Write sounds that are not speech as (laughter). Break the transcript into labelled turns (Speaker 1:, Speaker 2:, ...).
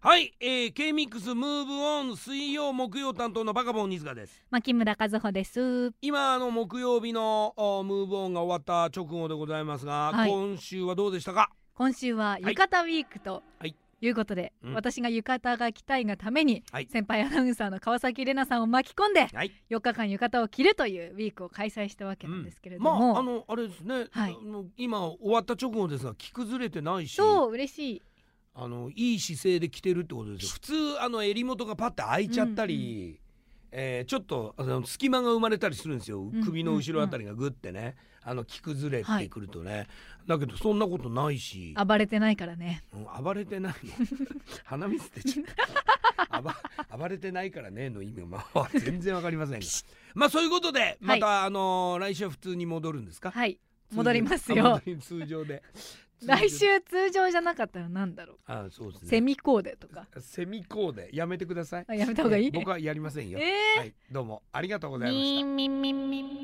Speaker 1: はい、えー、K ミックスムーブオン水曜木曜担当のバカボン西賀です。
Speaker 2: 牧村和穂です。
Speaker 1: 今あの木曜日のおムーブオンが終わった直後でございますが、
Speaker 2: はい
Speaker 1: 今週はどうでしたか。
Speaker 2: 今週は浴衣ウィークと
Speaker 1: はい
Speaker 2: いうことで、
Speaker 1: うん
Speaker 2: 私が浴衣が着たいがために、
Speaker 1: はい
Speaker 2: 先輩アナウンサーの川崎玲奈さんを巻き込んで
Speaker 1: はい。
Speaker 2: 4日間浴衣を着るというウィークを開催したわけなんですけれど
Speaker 1: ま
Speaker 2: も、
Speaker 1: ああのあれですね。
Speaker 2: はい
Speaker 1: あの今終わった直後ですが着崩れてないし、
Speaker 2: そう嬉しい
Speaker 1: あのいい姿勢で着てるってことですよ。普通あの襟元がパッて開いちゃったり。えーちょっとあの隙間が生まれたりするんですよ
Speaker 2: んうん
Speaker 1: 首の後ろあたりがグッてねあの着崩れてくるとね、だけどそんなことないし
Speaker 2: 暴れてないからね
Speaker 1: うん暴れて
Speaker 2: (laughs)
Speaker 1: ないの鼻水出ちゃった暴暴れてないからねの意味は
Speaker 2: (laughs)
Speaker 1: まあ全然わかりませんがまあそういうことでまた、あのー来週は普通に戻るんですか、
Speaker 2: はい
Speaker 1: 通常
Speaker 2: 戻ります
Speaker 1: あ
Speaker 2: よ
Speaker 1: 戻り通常で通常で
Speaker 2: 来週通常じゃなかったらなんだろ
Speaker 1: あそうです
Speaker 2: う、
Speaker 1: ね
Speaker 2: セミコーデとか
Speaker 1: セミコーデやめてください
Speaker 2: あやめた方がいい
Speaker 1: え僕はやりませんよ、
Speaker 2: え
Speaker 1: はいどうもありがとうご
Speaker 2: ー
Speaker 1: ざいました
Speaker 2: みんみんみんみん